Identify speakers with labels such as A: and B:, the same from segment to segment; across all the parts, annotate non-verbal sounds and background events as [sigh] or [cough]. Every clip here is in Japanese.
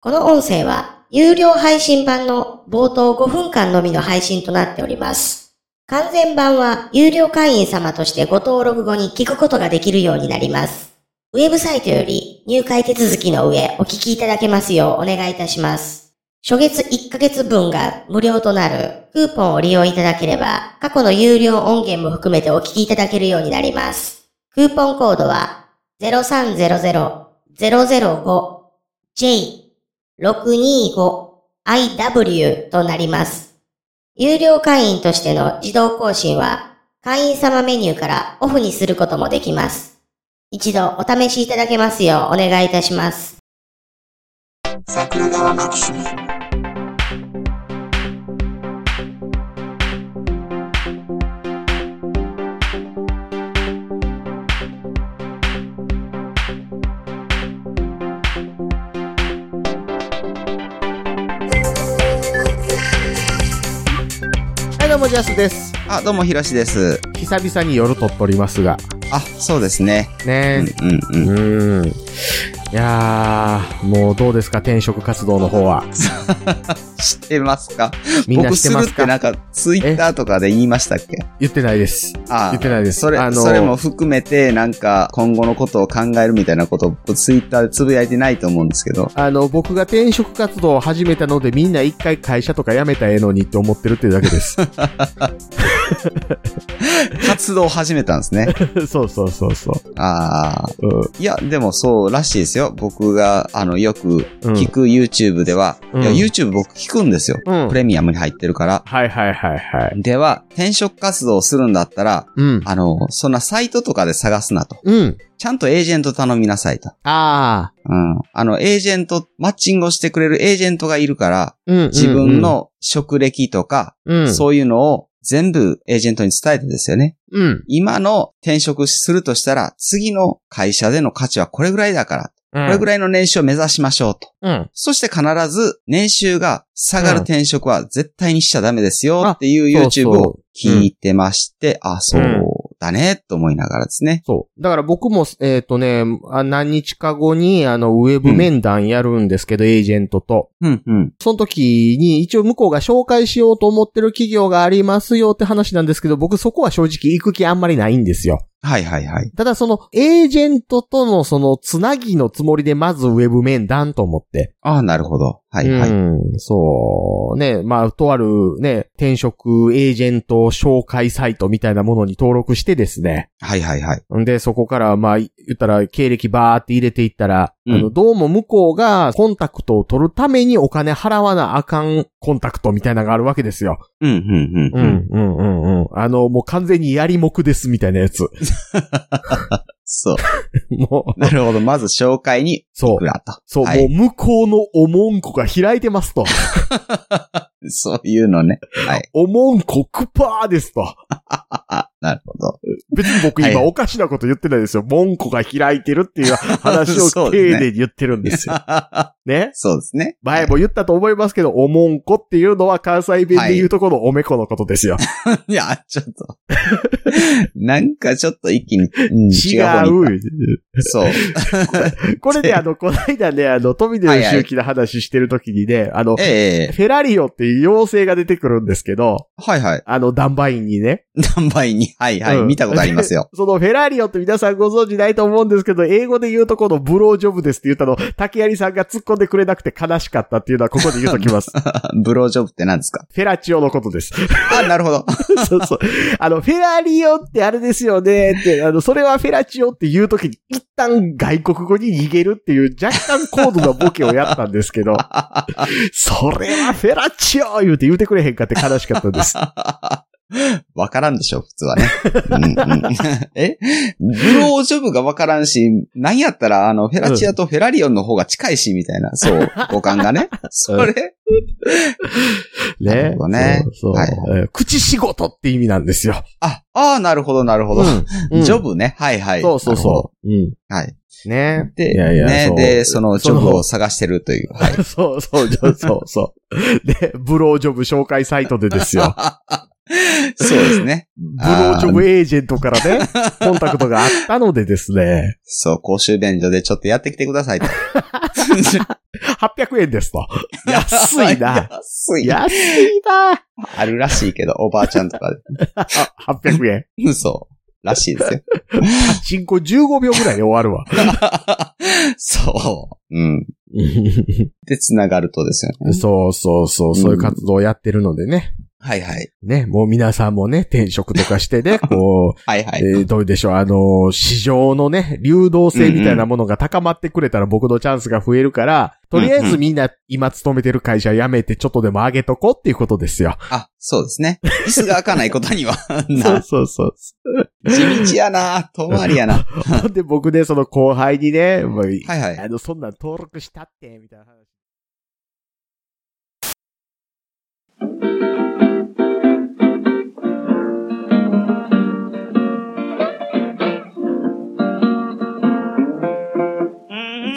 A: この音声は有料配信版の冒頭5分間のみの配信となっております。完全版は有料会員様としてご登録後に聞くことができるようになります。ウェブサイトより入会手続きの上お聞きいただけますようお願いいたします。初月1ヶ月分が無料となるクーポンを利用いただければ過去の有料音源も含めてお聞きいただけるようになります。クーポンコードは 0300-005J625IW となります。有料会員としての自動更新は会員様メニューからオフにすることもできます。一度お試しいただけますようお願いいたします。
B: 桜川マキシム
C: はい、どうも、ジャスです。
D: あ、どうも、ひろしです。
C: 久々に夜撮っておりますが。
D: あ、そうですね。う
C: ね
D: んうんう
C: え。
D: ん。
C: うん。いやー、もうどうですか、転職活動の方
D: [laughs]
C: は。
D: 知ってますか
C: みんなしてま
D: 僕
C: す
D: するって
C: か
D: なんか、ツイッターとかで言いましたっけ
C: 言ってないです。
D: あ
C: 言ってないです
D: それ、
C: あのー
D: それも含めて、なんか、今後のことを考えるみたいなことをツイッターでつぶやいてないと思うんですけ
C: [laughs]
D: ど。
C: あの、僕が転職活動を始めたので、みんな一回会社とか辞めたらええのにって思ってるっていうだけ [laughs] です。
D: 活動を始めたんですね。
C: そうそうそうそ
D: ああ。
C: う。
D: いや、でもそうらしいですよ。僕が、あの、よく
C: うん。
D: 聞く YouTube では、
C: うん
D: いや、YouTube 僕聞くんですよ。
C: うん。うん。
D: プレミアムに入ってるから。
C: はいはいはいはい。
D: では、転職活動をするんだったら、
C: うん。
D: あの、そんなサイトとかで探すなと。
C: うん。
D: ちゃんとエージェント頼みなさいと。
C: あー。
D: うん。あの、エージェント、マッチングをしてくれるエージェントがいるから、
C: うんうん。
D: 自分の職歴とか、
C: うん、うん。
D: そういうのを全部エージェントに伝えてですよね。
C: うん。
D: 今の転職するとしたら、次の会社での価値はこれぐらいだから、
C: こ
D: これぐ
C: らい。
D: らいの年収を目指しましょうと。
C: うん。
D: そして必ず年収が下がる転職は絶対にしちゃダメですよっていう
C: あそうそ
D: YouTube
C: う
D: を聞いてまして、あ、そうだね、と思いながらですね。
C: そう。だから僕も、えっ、とね、あ何日か後に、あの、ウェブ面談やるんですけど、エージェントと。
D: うん、うん。
C: その時に、一応向こうが紹介しようと思ってる企業がありますよって話なんですけど、僕そこは正直行く気あんまりないんですよ。
D: はいはいはい。
C: ただその、エージェントとのその、つなぎのつもりで、まずウェブ面談と思って。
D: ああ、なるほど。はいはい。
C: うん、そう。ね、まあ、とあるね、転職エージェント紹介サイトみたいなものに登録してですね。
D: はいはいはい。
C: んで、そこから、まあ、言ったら、経歴バーって入れていったら、
D: うん
C: あの、どうも向こうがコンタクトを取るためにお金払わなあかんコンタクトみたいなのがあるわけですよ。
D: うん、うん、うん。うん、、
C: うん、うん、うん。あの、もう完全にやりもくですみたいなやつ。 [laughs]
D: そう。 [laughs]
C: もう、
D: なるほど。まず紹介に、
C: そ
D: いうく、らと。
C: そう、
D: はい
C: もう向こうのおもんこが開いてますと。
D: そういうのね。はい。
C: おもんこクパーですと。
D: あ、あ、なるほど。
C: 別に僕今
D: はい
C: おかしなこと言ってないですよ。もんこが開いてるっていう話
D: [laughs] そ
C: を丁
D: うですね
C: 寧に言ってるんです
D: [laughs]
C: よ。ね。
D: そうですね。
C: 前も言ったと思いますけど、おもんこっていうのは関西弁で言うとこのおめこのことです [laughs] よ。
D: [laughs] いや、ちょっと。 [laughs] なんかちょっと一気に、
C: [laughs]
D: う
C: 違
D: ん、違う方に行っ
C: う。
D: た。そう。
C: これであの、この間ね、あの、富野周期の話してる時にね、あの、
D: ええ
C: フェラリオっていう妖精が出てくるんですけど、
D: はいはい。
C: あの、ダンバインにね。
D: 何倍に。はいはい、
C: うん
D: 見たことありま
C: [laughs]
D: すよ。
C: そのフェラーリオって皆さんご存知ないと思うんですけど、英語で言うとこのブロージョブですって言ったの、竹谷さんが突っ込んでくれなくて悲しかったっていうのはここで言うとき
D: [laughs]
C: ます。
D: ブロージョブって何ですか
C: フェラチオのことです。
D: あ、なるほど。
C: [laughs] そうそう。あの、フェラーリオってあれですよねって、あの、それはフェラチオって言うときに一旦外国語に逃げるっていう若干高度なボケをやったんですけ
D: [laughs]
C: ど、それはフェラチオ言うて言うてくれへんかって悲しかった
D: [laughs]
C: です。
D: わからんでしょ、普通はね。うん [laughs] うん、えブロージョブがわからんし、なんやったら、あの、フェラチアとフェラリオンの方が近いし、みたいな、そう、五感が
C: [laughs]
D: ね。それ、なる
C: ね
D: ほ。どね
C: そうそう、
D: はい
C: えー口仕事って意味なんですよ。
D: あ、ああ、なるほど、なるほど。
C: うん
D: ジョブね。はいはい。
C: そうそうそう。うん。
D: う。はい。
C: ね
D: で、
C: いやいや
D: ね
C: そう
D: で、そのジョ
C: そ
D: ブ
C: の
D: を探してるという。 [laughs] はい。
C: [laughs]
D: [laughs]
C: そうそう、そうそう。で、ブロージョブ紹介サイトでですよ。
D: そうですね。
C: ブロージョブエージェントからね、コンタクトがあったのでですね、
D: そう、公衆便所でちょっとやってきてくださいと。
C: 800円ですと。 [laughs] 安いな。
D: [laughs] 安
C: [laughs]
D: い。
C: 安いな。
D: あるらしいけど、おばあちゃんとか
C: あ、800円。
D: で。そう。らしいですよ。
C: パチンコ15秒ぐらいで終わる [laughs] わ。
D: [laughs] そう。うん。で、繋がるとですよね。
C: そうそうそう、そういう活動をやってるのでね。
D: はいはい。
C: ね、もう皆さんもね、転職とかして [laughs] ね、こう、
D: はいはい。
C: えーどうでしょう、あのー市場のね、流動性みたいなものが高まってくれたら僕のチャンスが増えるから、とりあえずみんな今勤めてる会社辞めてちょっとでも上げとこうっていうことですよ。
D: あ、そうですね。椅子が開かないことには、 [laughs]
C: そう
D: な、
C: そうそう。
D: 地道やな、遠回り
C: [laughs]
D: やな。
C: ほんで僕ね、その後輩にね、もう
D: はいはい。
C: あの、そんなん登録したって、みたいな話。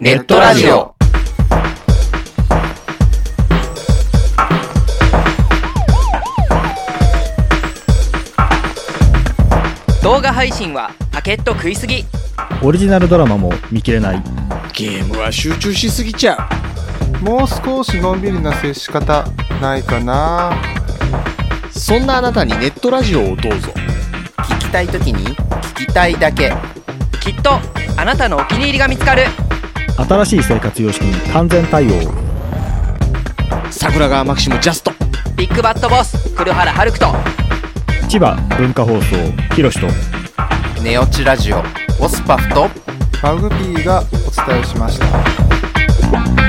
E: ネットラジオ。
F: 動画配信はパケット食いすぎ
G: オリジナルドラマも見切れない
H: ゲームは集中しすぎちゃう。
I: もう少しのんびりな接し方ないかな
H: そんなあなたにネットラジオをどうぞ。
E: 聞きたいときに聞きたいだけ。
F: きっとあなたのお気に入りが見つかる
G: 新しい生活様式に完全対応
H: 桜川マキシムジャスト。
F: ビッグバットボス黒原遥人
G: 千葉文化放送ひろしと
E: ネオチラジオ。オスパフと
I: マグピーがお伝えしました